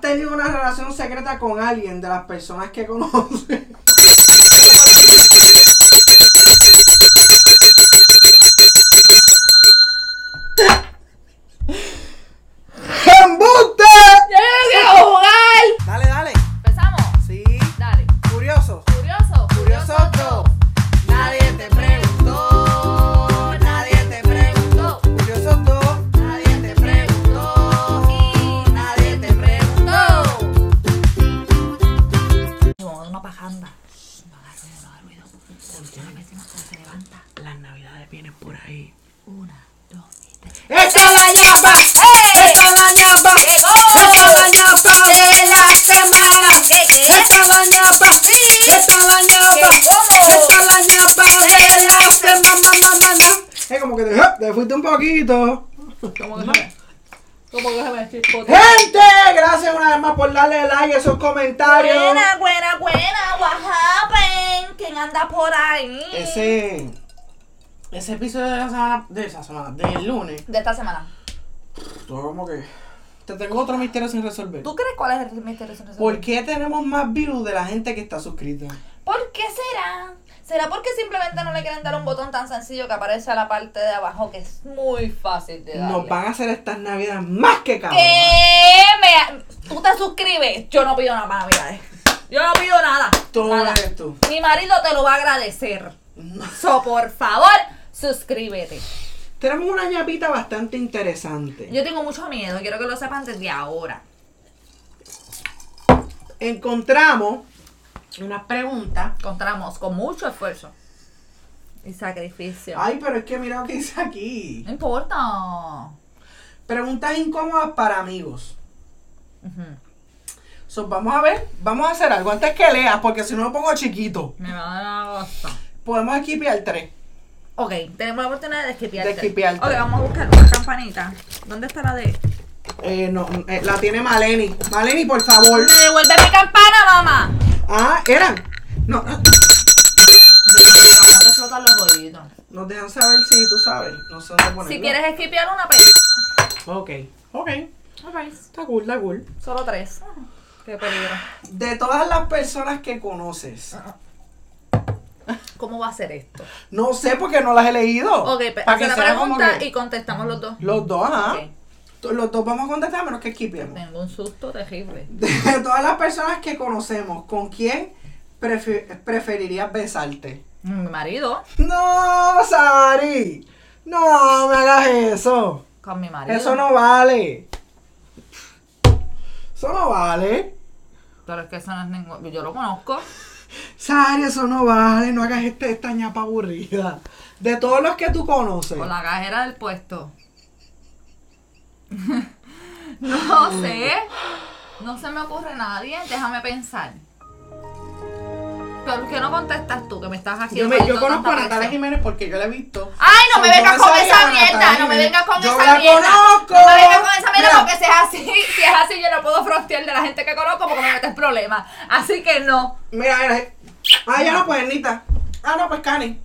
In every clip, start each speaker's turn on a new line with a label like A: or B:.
A: tenido una relación secreta con alguien de las personas que conoce. ¡Embuste!
B: ¡Ya quiero jugar!
A: Dale, dale.
B: Empezamos.
A: Sí.
B: Dale.
A: Curioso.
B: Curioso.
A: Curioso
B: dos.
A: dos. Nadie te preguntó. Nadie te preguntó. Curioso dos. Nadie te preguntó.
B: Y
A: Nadie te preguntó.
B: no. Como de una pajanda. No haga ruido, no haga ruido. Una vecina se levanta.
A: Las navidades vienen por ahí.
B: Una, dos y tres.
A: ¡Esta es la ñapa!
B: ¡Eh!
A: ¡Esta es la ñapa!
B: Llegó.
A: ¡Esta es la ñapa de la semana!
B: ¿Qué, qué?
A: ¡Esta es la ñapa!
B: Sí.
A: ¡Esta es la ñapa!
B: Llegó.
A: ¡Esta es la ñapa de la semana! na, na, na! Es como que te, ¡ah! te fuiste un poquito.
B: ¿Cómo que se me? ¿Cómo que se me chispotea?
A: Gente, gracias una vez más por darle like a esos comentarios.
B: Buena, buena, buena, what happened? ¿Quién anda por ahí?
A: Ese, ese episodio de la semana, de esa semana, del lunes,
B: De esta semana.
A: todo como que... Te tengo otro misterio sin resolver.
B: ¿Tú crees cuál es el misterio sin resolver?
A: ¿Por qué tenemos más views de la gente que está suscrita?
B: ¿Por qué será? ¿Será porque simplemente no le quieren dar un botón tan sencillo que aparece a la parte de abajo que es muy fácil de darle?
A: Nos van a hacer estas navidades más que cabronas.
B: ¿Qué? Me- ¿Tú te suscribes? Yo no pido nada más, mira. eh. Yo no pido nada.
A: Todo
B: nada.
A: esto.
B: Mi marido te lo va a agradecer. So, por favor, suscríbete.
A: Tenemos una ñapita bastante interesante.
B: Yo tengo mucho miedo, quiero que lo sepan desde ahora.
A: Encontramos unas preguntas.
B: Encontramos con mucho esfuerzo y sacrificio.
A: Ay, pero es que mira lo que dice aquí.
B: No importa.
A: Preguntas incómodas para amigos.
B: Ujú.
A: So, vamos a ver, vamos a hacer algo antes que leas, porque si no lo pongo chiquito.
B: Me va a dar una goza.
A: Podemos esquipear tres.
B: Ok, tenemos la oportunidad de esquipearte.
A: De esquipearte.
B: Ok, vamos a buscar una campanita. ¿Dónde está la de?
A: Eh, no, eh, la tiene Maleni. Maleni, por favor.
B: ¡Devuelve mi campana, mamá!
A: Ah, eran. No, ah,
B: Vamos a explotar los oídos.
A: nos dejan saber si tú sabes. No sé dónde ponerlo.
B: Si quieres esquipear una, pues.
A: Ok, ok.
B: Ok.
A: Está cool, está cool.
B: Solo tres. Qué peligro.
A: De todas las personas que conoces,
B: ¿Cómo va a ser esto?
A: no sé porque no las he leído.
B: Ok, pues
A: Pa'
B: hace la
A: sea como
B: pregunta
A: que-
B: y contestamos los dos.
A: Los dos, ajá.
B: Ok.
A: To- Los dos vamos a contestar a menos que esquipiemos.
B: Tengo un susto terrible.
A: De todas las personas que conocemos, ¿con quién prefi- preferirías besarte?
B: Mi marido.
A: No, Sari. No me hagas eso.
B: Con mi marido.
A: Eso no vale. Eso no vale.
B: Pero es que eso no es ningún. Yo lo conozco.
A: Sari, eso no vale. No hagas este, esta ñapa aburrida. De todos los que tú conoces.
B: Con la cajera del puesto. no sé. No se me ocurre nadie. Déjame pensar. ¿Por qué no contestas tú que me estás aquí?
A: Yo, me- yo
B: haciendo
A: conozco a
B: tanta
A: Natalia
B: presión?
A: Jiménez porque yo la he visto.
B: Ay, no me
A: Yo
B: vengas con
A: sabía
B: esa
A: a Natalia
B: mierda, no me
A: Jiménez.
B: vengas con
A: Yo
B: esa
A: la
B: mierda.
A: conozco.
B: No me vengas con esa mierda
A: Mira,
B: porque si es así, si es así yo no puedo frontear de la gente que conozco porque me metes problemas. Así que no.
A: Mira, mira. eh. Ah, ya no, pues Nita. Ah, no, pues Cani.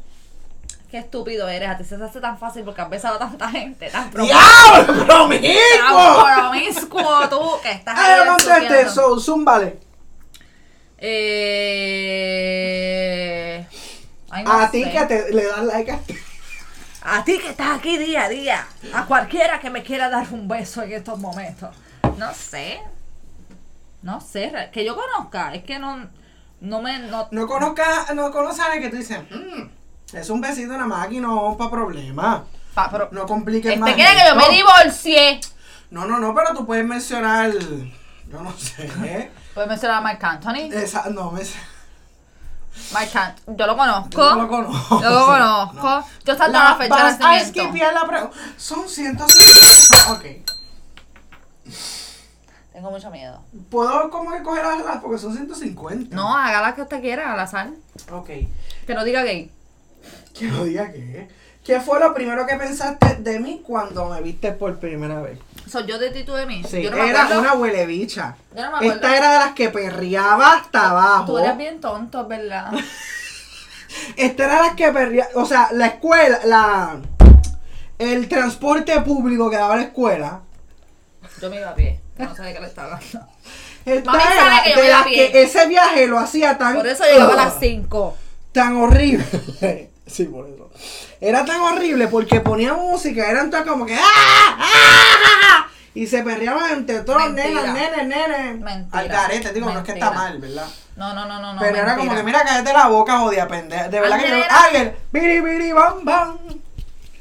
B: Qué estúpido eres, a ti se te hace tan fácil porque has besado a tanta gente, tan pro-
A: ¡Diablo,
B: tan
A: promiscuo!
B: promiscuo tú que estás
A: Ah, yo
B: ahí
A: contesté
B: ensuciando.
A: eso. Zúmbale.
B: Eh... ay, no
A: A ti
B: sé.
A: que te, le das like a este.
B: A ti que estás aquí día a día. A cualquiera que me quiera dar un beso en estos momentos. No sé. No sé. re- Que yo conozca. Es que no... No me... No,
A: No conozca, no conozca a alguien que tú dices, "Mm, es un besito nada más aquí, no pa' problema.
B: Pa- pero-
A: Ah, No compliques más.
B: este quiere que yo
A: esto".
B: me divorcie.
A: No, no, no, pero tú puedes mencionar, yo no sé, ¿eh?
B: Puedes mencionar a Marc Anthony.
A: Esa, no, me,
B: Marc Anthony. Yo lo conozco.
A: no lo conozco.
B: Yo lo conozco. Yo salto la, fecha de
A: vas a
B: nacimiento.
A: esquipear la pregunta. Son 150. Ok.
B: Tengo mucho miedo.
A: Puedo como que coger las las porque son 150.
B: No, haga la que usted quiera, al azar.
A: Ok.
B: Que no diga gay.
A: Que lo diga que ¿Qué fue lo primero que pensaste de mí cuando me viste por primera vez?
B: Soy yo de Tito de mí.
A: Sí,
B: yo no me
A: era
B: acuerdo.
A: una huelebicha.
B: Yo no me acuerdo.
A: Esta era de las que perreaba hasta abajo.
B: Tú eres bien tonto, es ¿verdad?
A: Esta era la que perreaba. O sea, la escuela, la. El transporte público que daba la escuela.
B: Yo me iba a pie. que No sabía que le estaba hablando.
A: Esta
B: Mami sabe
A: era
B: que yo
A: de
B: voy a
A: las
B: pie.
A: que ese viaje lo hacía tan.
B: Por eso llegaba a las 5.
A: tan horrible. sí, por eso. Era tan horrible porque ponía música, eran todas como que ¡ah! ¡ah! ¡ah! Y se perreaban entre todos,
B: Mentira.
A: nenas, nenes, nenes.
B: Mentira.
A: Al carete, digo, no es que está
B: Mentira.
A: mal, ¿verdad?
B: No, no, no, no. no
A: Pero era
B: mentira.
A: como que, mira, cállate la boca, jodida pendeja. De verdad que yo.
B: Ángel era-
A: Ángel, biri, biri, bam, bam.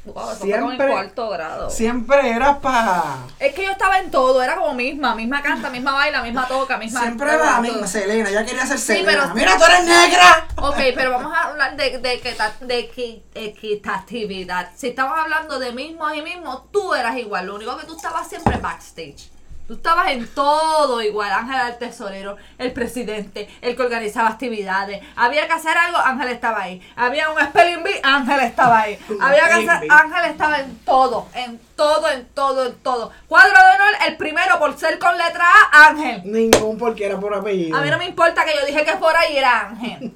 B: Wow, eso fue como en
A: siempre-
B: cuarto grado.
A: Siempre era para.
B: Es que yo estaba en todo, era como misma, misma canta, misma baila, misma toca, misma.
A: Siempre era la
B: todo.
A: misma, Selena. Ya quería ser Selena.
B: pero-
A: Mira, tú eres negra.
B: Ok, pero vamos a hablar de, de, equita- de equi- equitatividad. Si estamos hablando de mismos y mismos, tú eras igual. Lo único que tú estabas siempre backstage. Tú estabas en todo igual. Ángel el tesorero, el presidente, el que organizaba actividades. Había que hacer algo, Ángel estaba ahí. Había un spelling bee, Ángel estaba ahí. Había que hacer,
A: spelling bee.
B: Ángel estaba en todo, en todo, en todo, en todo. Cuadro de honor, el primero por ser con letra A, Ángel.
A: Ningún porque era por apellido.
B: A mí no me importa que yo dije que fuera y era Ángel.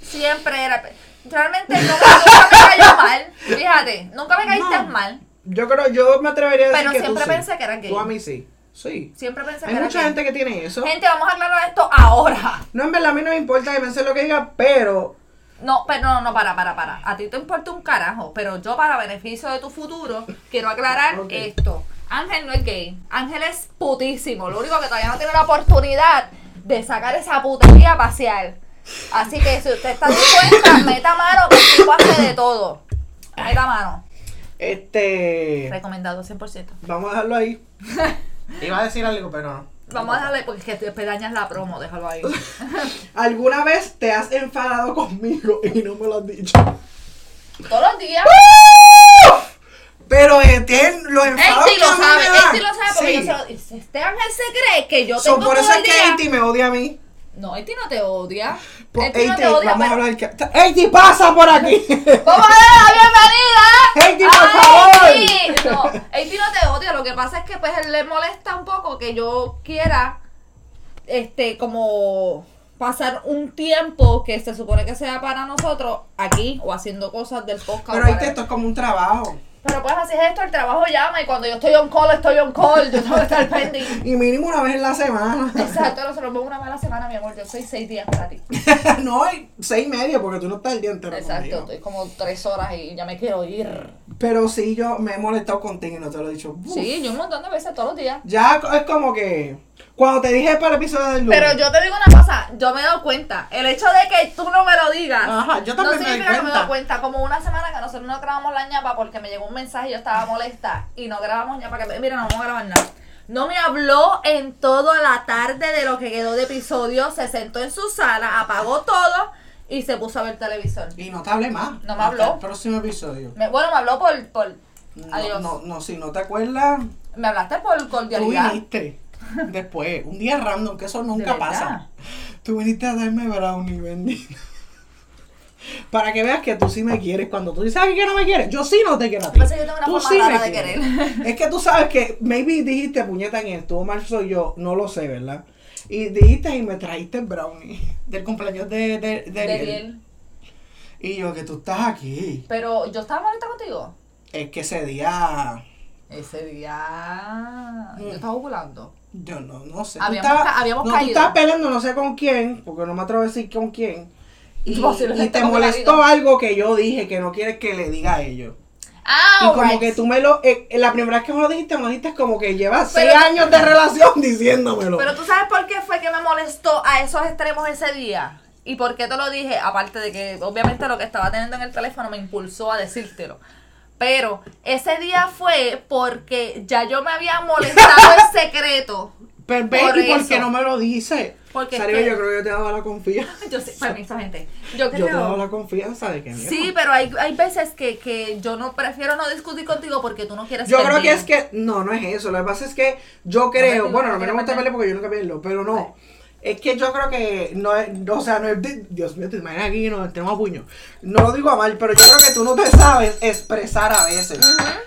B: Siempre era. Realmente no, nunca me cayó mal. Fíjate, nunca me caíste
A: No.
B: mal.
A: Yo creo, yo me atrevería a decir
B: Pero
A: que
B: siempre
A: tú sí.
B: pensé que eras gay.
A: Tú a mí sí. Sí.
B: Siempre pensé
A: Hay
B: que era
A: mucha
B: gay.
A: gente que tiene eso.
B: Gente, vamos a aclarar esto ahora.
A: No, en verdad, a mí no me importa que pensé lo que diga, pero
B: No, pero no, no, para, para, para. A ti te importa un carajo, pero yo para beneficio de tu futuro quiero aclarar
A: Ok.
B: esto. Ángel no es gay. Ángel es putísimo. Lo único que todavía no tiene la oportunidad de sacar esa putería parcial. Así que si usted está dispuesta, meta mano, que el tipo hace de todo. Meta mano.
A: este.
B: Recomendado 100%.
A: Vamos a dejarlo ahí. Iba a decir algo, pero no.
B: Vamos a darle, porque es que después dañas la promo, déjalo ahí.
A: ¿Alguna vez te has enfadado conmigo y no me lo has dicho?
B: Todos los días.
A: Pero eh, tienen los enfados
B: Esti
A: que
B: Este lo
A: a mí
B: sabe,
A: me dan.
B: Esti lo sabe porque
A: Sí.
B: yo se lo dice. Este ángel se cree que yo
A: So,
B: tengo
A: por
B: todo
A: eso
B: el
A: es que
B: día.
A: Eti me odia a mí.
B: No, Esti no te odia.
A: Por-
B: Esti no
A: Eti,
B: te odia,
A: Pues, vamos a
B: pero-
A: hablar que. Eti, pasa por aquí.
B: ¡Vamos a darle la bienvenida!
A: Esti, por
B: a
A: favor.
B: Esti! No, Esti no te odia. Lo que pasa es que pues él le molesta un poco que yo quiera, este, como pasar un tiempo que se supone que sea para nosotros aquí o haciendo cosas del podcast. o
A: pero este,
B: whatever.
A: esto es como un trabajo.
B: Pero pues así es esto, el trabajo llama y cuando yo estoy on call, estoy on call, yo tengo que estar pending.
A: Y mínimo una vez en la semana.
B: Exacto, no se lo pongo una mala semana, mi amor, yo soy seis días para ti.
A: no, hay seis y medio, porque tú no estás el día entero.
B: Exacto,
A: conmigo.
B: estoy como tres horas y ya me quiero ir.
A: Pero sí, yo me he molestado contigo y no te lo he dicho. Uf.
B: Sí, yo un montón de veces todos los días.
A: Ya es como que. Cuando te dije para el episodio del lunes.
B: Pero yo te digo una cosa, yo me he dado cuenta, el hecho de que tú no me lo digas,
A: Ajá, yo
B: no
A: también me doy
B: significa que me he
A: cuenta.
B: dado cuenta, como una semana que nosotros no grabamos la ñapa porque me llegó un mensaje y yo estaba molesta y no grabamos ñapa, que me- mira, no vamos a grabar nada. No me habló en toda la tarde de lo que quedó de episodio, se sentó en su sala, apagó todo y se puso a ver televisor.
A: Y no te hablé más.
B: No me habló.
A: Hasta el próximo episodio.
B: Me- bueno, me habló por, por
A: No,
B: adiós.
A: no, no, si no te acuerdas,
B: Me hablaste por
A: tú
B: cordialidad.
A: viniste. Después, un día random, que eso
B: ¿De
A: nunca
B: verdad?
A: pasa. Tú viniste a darme brownie, bendito. Para que veas que tú sí me quieres. Cuando tú dices, "Ay, que no me quieres? Yo sí no te quiero a ti.
B: Pasa que yo tengo una
A: Tú
B: forma
A: sí
B: rara
A: me
B: de
A: quieres. Es que tú sabes que maybe dijiste, puñeta, en estuvo mal soy yo. No lo sé, ¿verdad? Y dijiste y me trajiste el brownie del cumpleaños de, de, de
B: de
A: Ariel.
B: bien.
A: Y yo, que tú estás aquí.
B: Pero yo estaba molesta contigo.
A: Es que ese día...
B: Ese día. Yo estaba ovulando.
A: Yo no, no sé.
B: Habíamos
A: tú
B: ca-
A: estabas,
B: habíamos
A: no,
B: caído.
A: tú estabas peleando no sé con quién, porque no me atrevo a decir con quién. Y,
B: Posiblemente
A: y te
B: con mi
A: molestó
B: marido.
A: algo que yo dije que no quieres que le diga a ellos.
B: Ah,
A: y como
B: alright.
A: que tú me lo... eh, la primera vez que me lo dijiste, me lo dijiste como que llevas
B: Pero-
A: seis años de relación diciéndomelo.
B: Pero tú sabes por qué fue que me molestó a esos extremos ese día. ¿Y por qué te lo dije? Aparte de que obviamente lo que estaba teniendo en el teléfono me impulsó a decírtelo. Pero ese día fue porque ya yo me había molestado en secreto.
A: Pero
B: Por
A: baby, ¿por qué
B: eso.
A: no me lo dices?
B: Porque es
A: Sario,
B: que-
A: yo creo que yo te daba la confianza.
B: Yo sé, permiso, gente. Yo creo.
A: Yo te daba la confianza de que...
B: Sí, pero hay, hay veces que, que yo no prefiero no discutir contigo porque tú no quieres
A: Yo
B: ser
A: creo que
B: bien.
A: es que, no, no es eso. Lo que pasa es que yo
B: No,
A: creo,
B: no,
A: bueno, no,
B: no,
A: a mí
B: no,
A: no me gusta
B: no.
A: pelear porque yo nunca peleo, pero no. Es que yo creo que no es, no, o sea, no es, de- Dios mío, te imaginas aquí, nos tenemos a puño. No lo digo a mal, pero yo creo que tú no te sabes expresar a veces.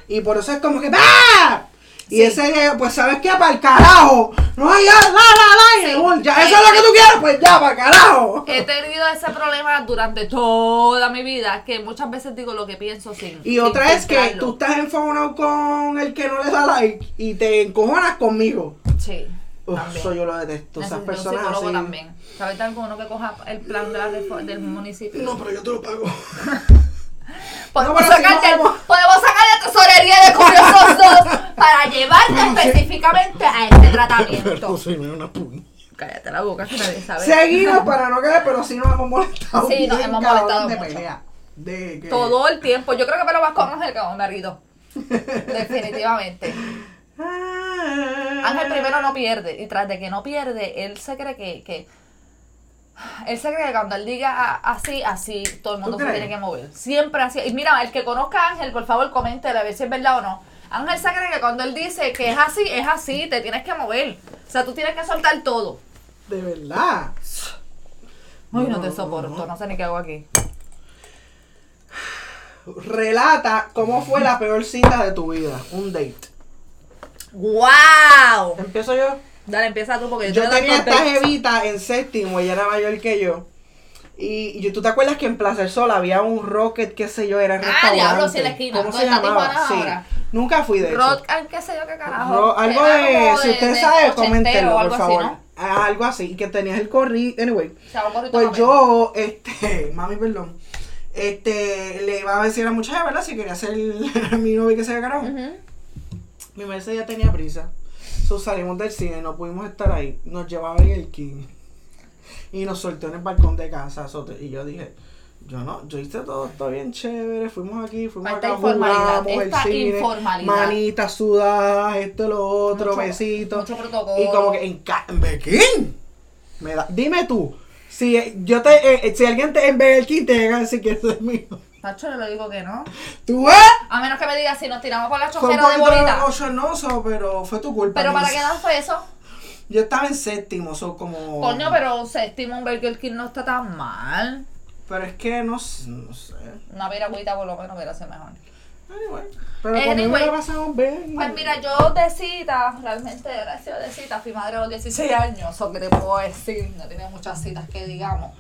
A: Y por eso es como que, ¡ah! Y
B: Sí.
A: ese día, pues, ¿sabes qué? Para el carajo. No, ya, la, la, la, y
B: Sí.
A: bueno, ya,
B: Eh,
A: eso es lo que
B: eh.
A: tú quieres, pues ya, para el carajo.
B: He tenido ese problema durante toda mi vida, que muchas veces digo lo que pienso sin.
A: Y
B: sin
A: otra es que
B: filtrarlo.
A: tú estás enfogonado con el que no le da like y te encojonas conmigo.
B: Sí.
A: Uf,
B: También.
A: eso yo lo detesto. Esas
B: Necesito un
A: personas
B: psicólogo
A: así.
B: también. ¿Sabes de alguno que coja el plan de la refo- del municipio?
A: No, pero yo te lo pago.
B: Podemos,
A: pero si
B: sacar
A: no
B: del-
A: vamos-
B: podemos sacar de tesorería de curiosos dos para llevarte específicamente a este tratamiento.
A: soy una puña.
B: Cállate la boca que nadie sabe.
A: Seguimos para no caer, pero sí nos hemos molestado.
B: Sí, nos
A: bien,
B: hemos
A: cabrón,
B: molestado
A: de
B: mucho.
A: pelea. De que...
B: Todo el tiempo. Yo creo que me lo vas con Ángel que es un marido. Definitivamente.
A: Ah,
B: Ángel primero no pierde. Y tras de que no pierde, él se cree que. que- él se cree que cuando él diga a- así, así, todo el mundo
A: ¿Tú
B: se
A: crees?
B: tiene que mover. Siempre así. Y mira, el que conozca a Ángel, por favor, coméntele a ver si es verdad o no. Ángel se cree que cuando él dice que es así, es así, te tienes que mover. O sea, tú tienes que soltar todo.
A: De verdad.
B: Uy, no,
A: No,
B: te
A: no,
B: soporto,
A: no, no.
B: no sé ni qué hago aquí.
A: Relata cómo fue la peor cita de tu vida. Un date.
B: ¡Wow!
A: Empiezo yo.
B: Dale, empieza tú porque yo,
A: Yo
B: tengo
A: tenía
B: tantos
A: esta
B: dates.
A: jevita en séptimo, ella era mayor que yo. Y, y yo- tú te acuerdas que en Placer Sol había un rocket, qué sé yo, era el
B: Ah,
A: restaurante.
B: diablo, sí, en la esquina,
A: ¿Cómo
B: donde
A: se
B: está
A: llamaba?
B: Tijuana
A: Sí.
B: ahora.
A: Nunca fui de eso.
B: Rock, ay, qué sé yo qué carajo.
A: Ro- algo
B: Ah, Era
A: de,
B: como
A: si
B: de-
A: usted
B: de
A: sabe,
B: ochentero
A: coméntenlo,
B: o
A: por
B: algo así,
A: favor.
B: ¿no?
A: Ah, Algo así, y que tenías el corri, anyway.
B: O sea, un gorrito
A: Pues
B: café.
A: yo, este, mami, perdón, este, le iba a decir a la muchacha, ¿verdad? Si quería ser mi novio que se carajo.
B: Ujú.
A: Mi merced ya tenía prisa. So, salimos del cine, no pudimos estar ahí. Nos llevaba en el King. Y nos soltó en el balcón de casa. so, te- y yo dije, yo no, yo hice todo, todo bien chévere. Fuimos aquí, fuimos
B: Falta
A: acá,
B: informalidad,
A: jugamos el
B: esta
A: cine.
B: informalidad.
A: Manitas sudadas, esto, lo otro,
B: Mucho-
A: besitos.
B: mucho protocolo.
A: Y como que en, ca- en Bequín. Me da, dime tú, si eh, yo te, eh, eh, si alguien te en Burger King te llega a decir que esto es mío.
B: Tacho, yo le digo que no.
A: ¿Tú ves?
B: A menos que me diga si nos tiramos con la
A: Fue un
B: chocera de
A: poquito
B: bolita.
A: bochornoso, pero fue tu culpa.
B: Pero para
A: Nisa.
B: qué dan fue eso.
A: Yo estaba en séptimo, son como.
B: Coño, pero séptimo un Burger King no está tan mal.
A: Pero es que no, s- no sé.
B: Una piragüita por lo menos hubiera sido mejor.
A: Anyway. Pero
B: Anyway.
A: conmigo la pasamos bien.
B: Pues mira, yo de cita, realmente gracias de cita, fui madre a los 16 años, o que te puedo decir, no tenía muchas citas que digamos.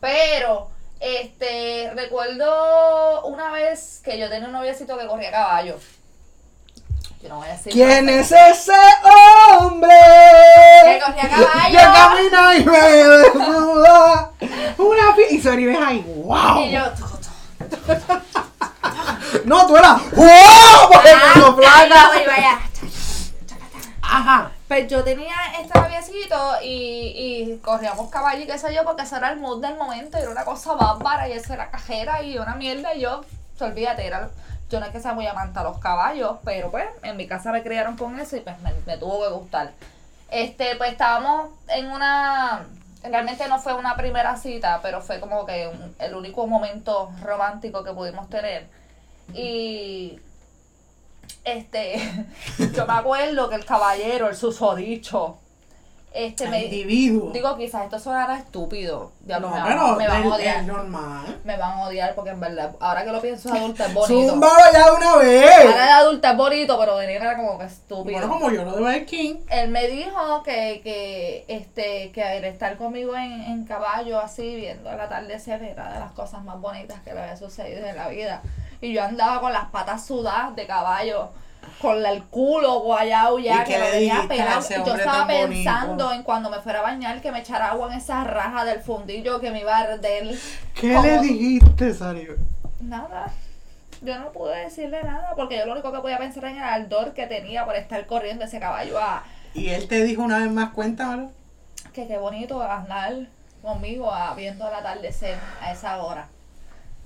B: Pero, este, recuerdo una vez que yo tenía un noviecito que corría a caballo. Yo no voy a decir.
A: ¿Quién
B: nombre.
A: es ese hombre?
B: Que corría caballo.
A: Que camina y me desnuda. Una pi- Y Sony ves ahí, wow.
B: Y yo, tucu, tucu.
A: No, tú eras, wow, porque cuando placa.
B: Ah, Ay, no, y vaya.
A: Ajá.
B: Pues yo tenía este noviecito y, y corríamos caballo y qué sé yo, porque eso era el mood del momento, y era una cosa bárbara y eso era cajera y una mierda y yo, pues, olvídate, era, yo no es que sea muy amante a los caballos, pero pues en mi casa me criaron con eso y pues me, me tuvo que gustar. Este, pues estábamos en una, realmente no fue una primera cita, pero fue como que un- el único momento romántico que pudimos tener. Y este, yo me acuerdo que el caballero, el susodicho, este
A: El
B: me
A: individuo.
B: digo quizás esto sonara estúpido. Ya
A: no,
B: me, van-
A: pero
B: me van
A: es-
B: a odiar.
A: es normal.
B: Me van a odiar porque en verdad, ahora que lo pienso de adulta es bonito.
A: Zúmbalo ya de una
B: Ahora de
A: vez.
B: adulta es bonito, pero de niña era como que
A: Bueno,
B: estúpido.
A: como yo lo de Burger King.
B: Él me dijo que, que este, que el estar conmigo en, en caballo así, viendo el atardecer, era de las cosas más bonitas que le había sucedido en la vida. Y yo andaba con las patas sudadas de caballo, con la- el culo guayao ya,
A: ¿Y
B: que
A: qué
B: lo
A: le
B: tenía
A: dijiste a
B: pelado.
A: ese
B: Y yo
A: hombre
B: estaba
A: tan bonito?
B: pensando en cuando me fuera a bañar, que me echara agua en esa raja del fundillo que me iba a arder.
A: ¿Qué
B: como-
A: le dijiste, Sario?
B: Nada. Yo no pude decirle nada porque yo lo único que podía pensar en el ardor que tenía por estar corriendo ese caballo a
A: Y él te dijo una vez más, cuéntamelo.
B: que qué bonito andar conmigo a, viendo el atardecer a esa hora,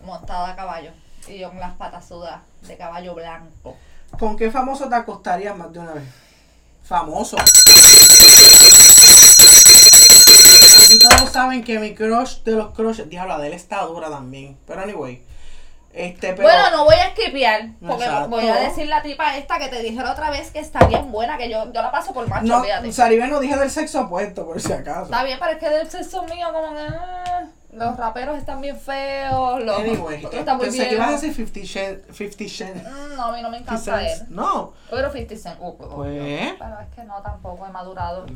B: montada a caballo y yo con las patas sudas de caballo blanco.
A: ¿Con qué famoso te acostarías más de una vez? Famoso. Aquí todos saben que mi crush de los crushes, diablo, la de él está dura también. Pero anyway, este, pero
B: bueno, no voy a esquipear porque
A: Exacto.
B: voy a decir la tipa esta que te dije la otra vez que está bien buena, que yo, yo la paso por macho,
A: no,
B: olvídate.
A: Saribel no dije del sexo opuesto, por si acaso.
B: Está bien, pero es que del sexo mío como que... ah, los raperos están bien feos, los
A: Anyway,
B: otros están muy
A: pensé que ibas a
B: viejos.
A: decir 50 Shades. 50 Shades.
B: Mm, No, a mí no
A: 50
B: me encanta
A: Shades.
B: él.
A: No,
B: Pero 50 Cent. uh, uh, uh.
A: pues.
B: Pero es que no, tampoco he madurado.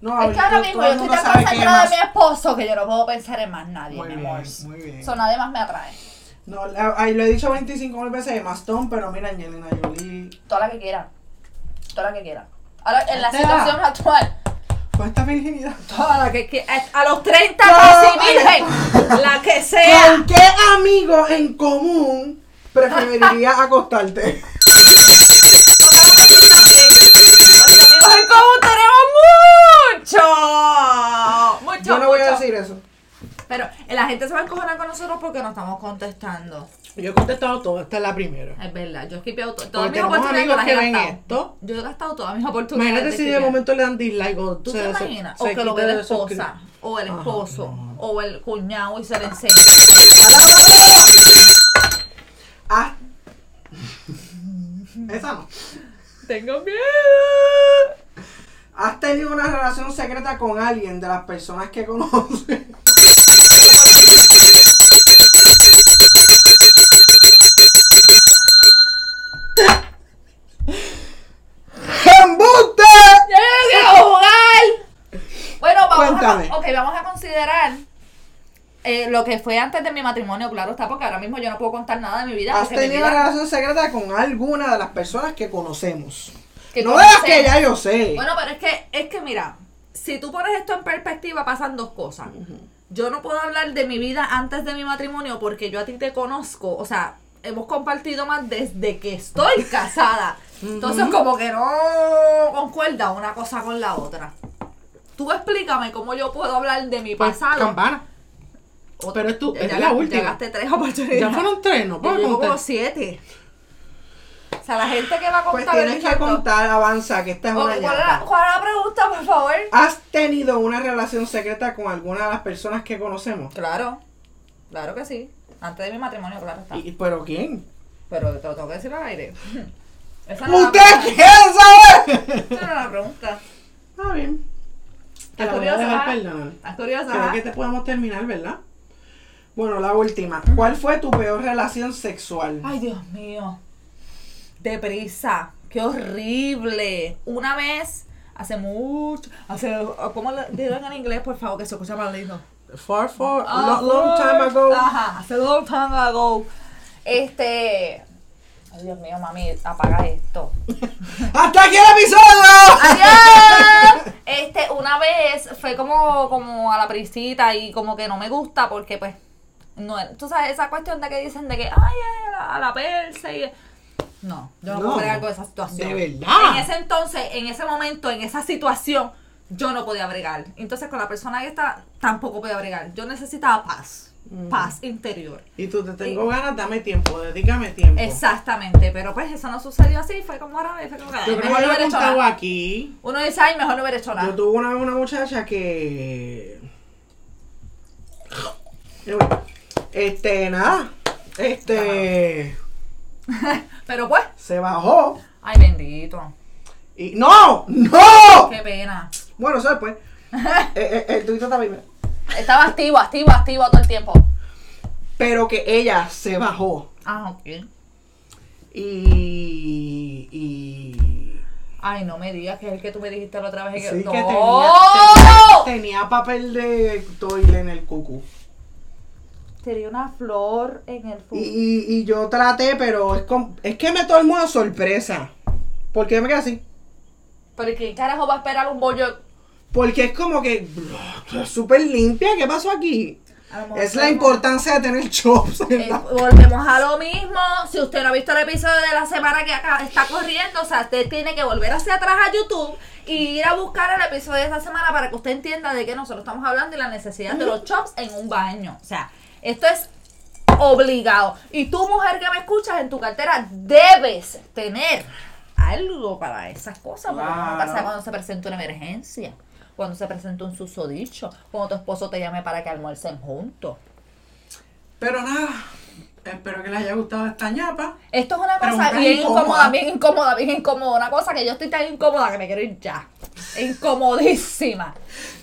A: No,
B: Es que ahora
A: yo-
B: mismo
A: todo el
B: yo estoy
A: mundo
B: tan
A: sabe que
B: concentrada en
A: más-
B: mi esposo que yo no puedo pensar en más nadie,
A: Muy
B: mi
A: bien,
B: amor.
A: muy bien.
B: Eso nadie más me atrae.
A: No, la- ay, lo he dicho 25 mil veces de Mastón, pero mira, Angelina Jolie.
B: Toda la que quiera. Toda la que quiera. Ahora, en la
A: Te
B: situación
A: da.
B: actual,
A: Fue esta virginidad.
B: toda la que, que- a los 30
A: No,
B: casi
A: vale.
B: virgen, la que sea.
A: ¿Con qué amigo en común preferiría acostarte?
B: Ay, cómo tenemos mucho. Mucho,
A: Yo no voy a
B: mucho.
A: decir eso.
B: Pero eh, la gente se va a encojonar con nosotros porque no estamos contestando.
A: Yo he contestado todo, esta es la primera.
B: Es verdad, yo he skipeado to- todas mis
A: tenemos
B: oportunidades.
A: amigos
B: las he
A: que ven
B: gastado.
A: esto.
B: Yo he gastado todas mis oportunidades.
A: Imagínate si de
B: skipear.
A: momento le dan dislike o
B: ¿Tú
A: se-
B: te
A: se-
B: imaginas?
A: se
B: o que lo
A: quite
B: ve la
A: de esos
B: esposa,
A: clips.
B: o el
A: Ajá,
B: esposo,
A: no.
B: o el cuñado y se le enseña.
A: Ah. Esa no.
B: Tengo miedo.
A: ¿Has tenido una relación secreta con alguien de las personas que conoces? ¡Embuste!
B: ¡Yo quiero jugar! Bueno, vamos
A: Cuéntame.
B: a, ok, vamos a considerar eh, lo que fue antes de mi matrimonio, claro está, porque ahora mismo yo no puedo contar nada de mi vida.
A: ¿Has
B: porque mi
A: tenido una
B: vida-
A: relación secreta con alguna de las personas que conocemos?
B: que
A: no de las
B: conocemos.
A: que ya yo sé.
B: Bueno, pero es que, es que mira, si tú pones esto en perspectiva, pasan dos cosas. Yo no puedo hablar de mi vida antes de mi matrimonio porque yo a ti te conozco, o sea, hemos compartido más desde que estoy casada. Entonces, como que no concuerda una cosa con la otra. Tú explícame cómo yo puedo hablar de mi
A: Pues,
B: pasado.
A: Campana.
B: Otra-
A: pero es tu-
B: ya
A: es la
B: ga- ya
A: última.
B: gasté tres oportunidades.
A: Ya fueron tres, no
B: Yo
A: puedo
B: llevo como
A: contar.
B: siete. O sea, la gente que va a
A: Pues
B: contar
A: tienes
B: el
A: que
B: resto-
A: contar, avanza, que esta es
B: Ok,
A: una
B: ¿cuál, era-
A: llanta.
B: cuál era la pregunta, por favor?
A: ¿Has tenido una relación secreta con alguna de las personas que conocemos?
B: Claro, claro que sí. Antes de mi matrimonio, claro está.
A: ¿Y, ¿Pero quién?
B: Pero te lo tengo que decir al aire. Esa no era la
A: ¡Usted
B: pregunta.
A: quiere saber!
B: Esa no era la pregunta.
A: Está bien. Te la
B: ¿Estás
A: voy a dejar
B: ajá?
A: perdonar.
B: ¿Estás curiosa?
A: Creo
B: ajá?
A: que te podemos terminar, ¿verdad? Bueno, la última. ¿Cuál fue tu peor relación sexual?
B: Ay, Dios mío. Deprisa. Qué horrible. Una vez, hace mucho. Hace, ¿Cómo le dirán en inglés, por favor, que se escucha más lindo?
A: Far, far,
B: Ah,
A: lo- long time ago.
B: Ajá, hace long time ago. Este. Ay, Dios mío, mami, apaga esto.
A: ¡Hasta aquí el episodio!
B: ¡Adiós! Este, una vez fue como, como a la prisita y como que no me gusta porque pues, no, tú sabes, esa cuestión de que dicen de que, ay, ay, a la, a la persa y... No, yo no,
A: No,
B: puedo bregar con esa situación.
A: de verdad.
B: En ese entonces, en ese momento, en esa situación, yo no podía bregar. Entonces con la persona que está, tampoco podía bregar. Yo necesitaba paz,
A: Mm.
B: paz interior.
A: Y tú te tengo ganas, dame tiempo, dedícame tiempo.
B: Exactamente, pero pues eso no sucedió así, fue como ahora, fue como, ay,
A: Yo creo que yo
B: mejor no
A: lo he
B: hubiera hecho
A: contado
B: nada.
A: aquí.
B: Uno dice, ay, mejor no hubiera hecho nada.
A: Yo tuve una, una muchacha que. Este, nada. Este.
B: Pero pues,
A: Se bajó.
B: Ay, bendito.
A: Y. ¡No! ¡No!
B: Qué pena.
A: Bueno, eso después. Eh, eh, el tuito está primero.
B: Estaba activo, activo, activo todo el tiempo.
A: Pero que ella se bajó.
B: Ah, ok.
A: Y. Y.
B: Ay, no me digas que es el que tú me dijiste la otra vez.
A: Sí, que
B: que... ¡No!
A: tenía, tenía, tenía papel de toile en el cucu.
B: Tenía una flor en el
A: Y,
B: fútbol.
A: y- y yo traté, pero es, com- es que me tomó de sorpresa. Porque yo me quedé así.
B: Pero ¿quién carajo va a esperar un bollo?
A: Porque es como que bro, es súper limpia. ¿Qué pasó aquí?
B: A lo mejor
A: Es la
B: tenemos-
A: importancia de tener chops. en
B: Eh,
A: la-
B: volvemos a lo mismo. Si usted no ha visto el episodio de la semana que acá está corriendo, o sea, usted tiene que volver hacia atrás a YouTube y ir a buscar el episodio de esta semana para que usted entienda de qué nosotros estamos hablando y la necesidad de los chops en un baño. O sea, esto es obligado. Y tú, mujer que me escuchas, en tu cartera debes tener algo para esas cosas. Porque uno nunca
A: Claro.
B: sabe cuando se presenta una emergencia. Cuando se presenta un susodicho, cuando tu esposo te llame para que almuercen juntos.
A: Pero nada, espero que les haya gustado esta ñapa.
B: Esto es una
A: Pero
B: cosa
A: tan
B: bien
A: incómoda.
B: incómoda, bien incómoda, bien incómoda. Una cosa que yo estoy tan incómoda que me quiero ir ya. Incomodísima.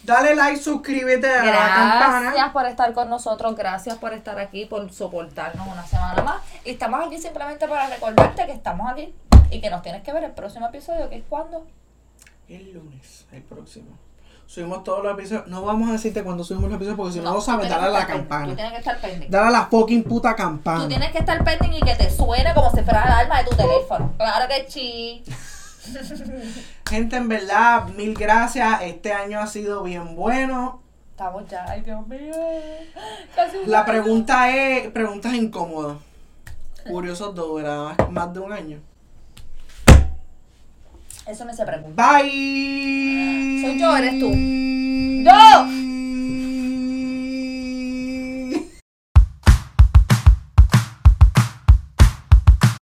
A: Dale like, suscríbete a la
B: Gracias
A: campana.
B: por estar con nosotros, gracias por estar aquí, por soportarnos una semana más. Y estamos aquí simplemente para recordarte que estamos aquí y que nos tienes que ver el próximo episodio, que es cuando.
A: El lunes, el próximo. Subimos todos los episodios. No vamos a decirte cuando subimos los episodios porque si no, lo sabes,
B: tú
A: dale a
B: tienes
A: la
B: que estar pendiente, Tú
A: campana.
B: tienes que estar pendiente.
A: Dale a la fucking puta campana.
B: Tú tienes que estar pendiente y que te suene como si fuera la alarma de tu teléfono. Claro que sí.
A: Gente, en verdad, mil gracias. Este año ha sido bien bueno.
B: Estamos ya, ay Dios mío. Casi un
A: La
B: año.
A: pregunta es, preguntas incómodas. Curiosos dos, ¿verdad? Más de un año.
B: Eso me se pregunta.
A: Bye.
B: Soy yo, eres tú.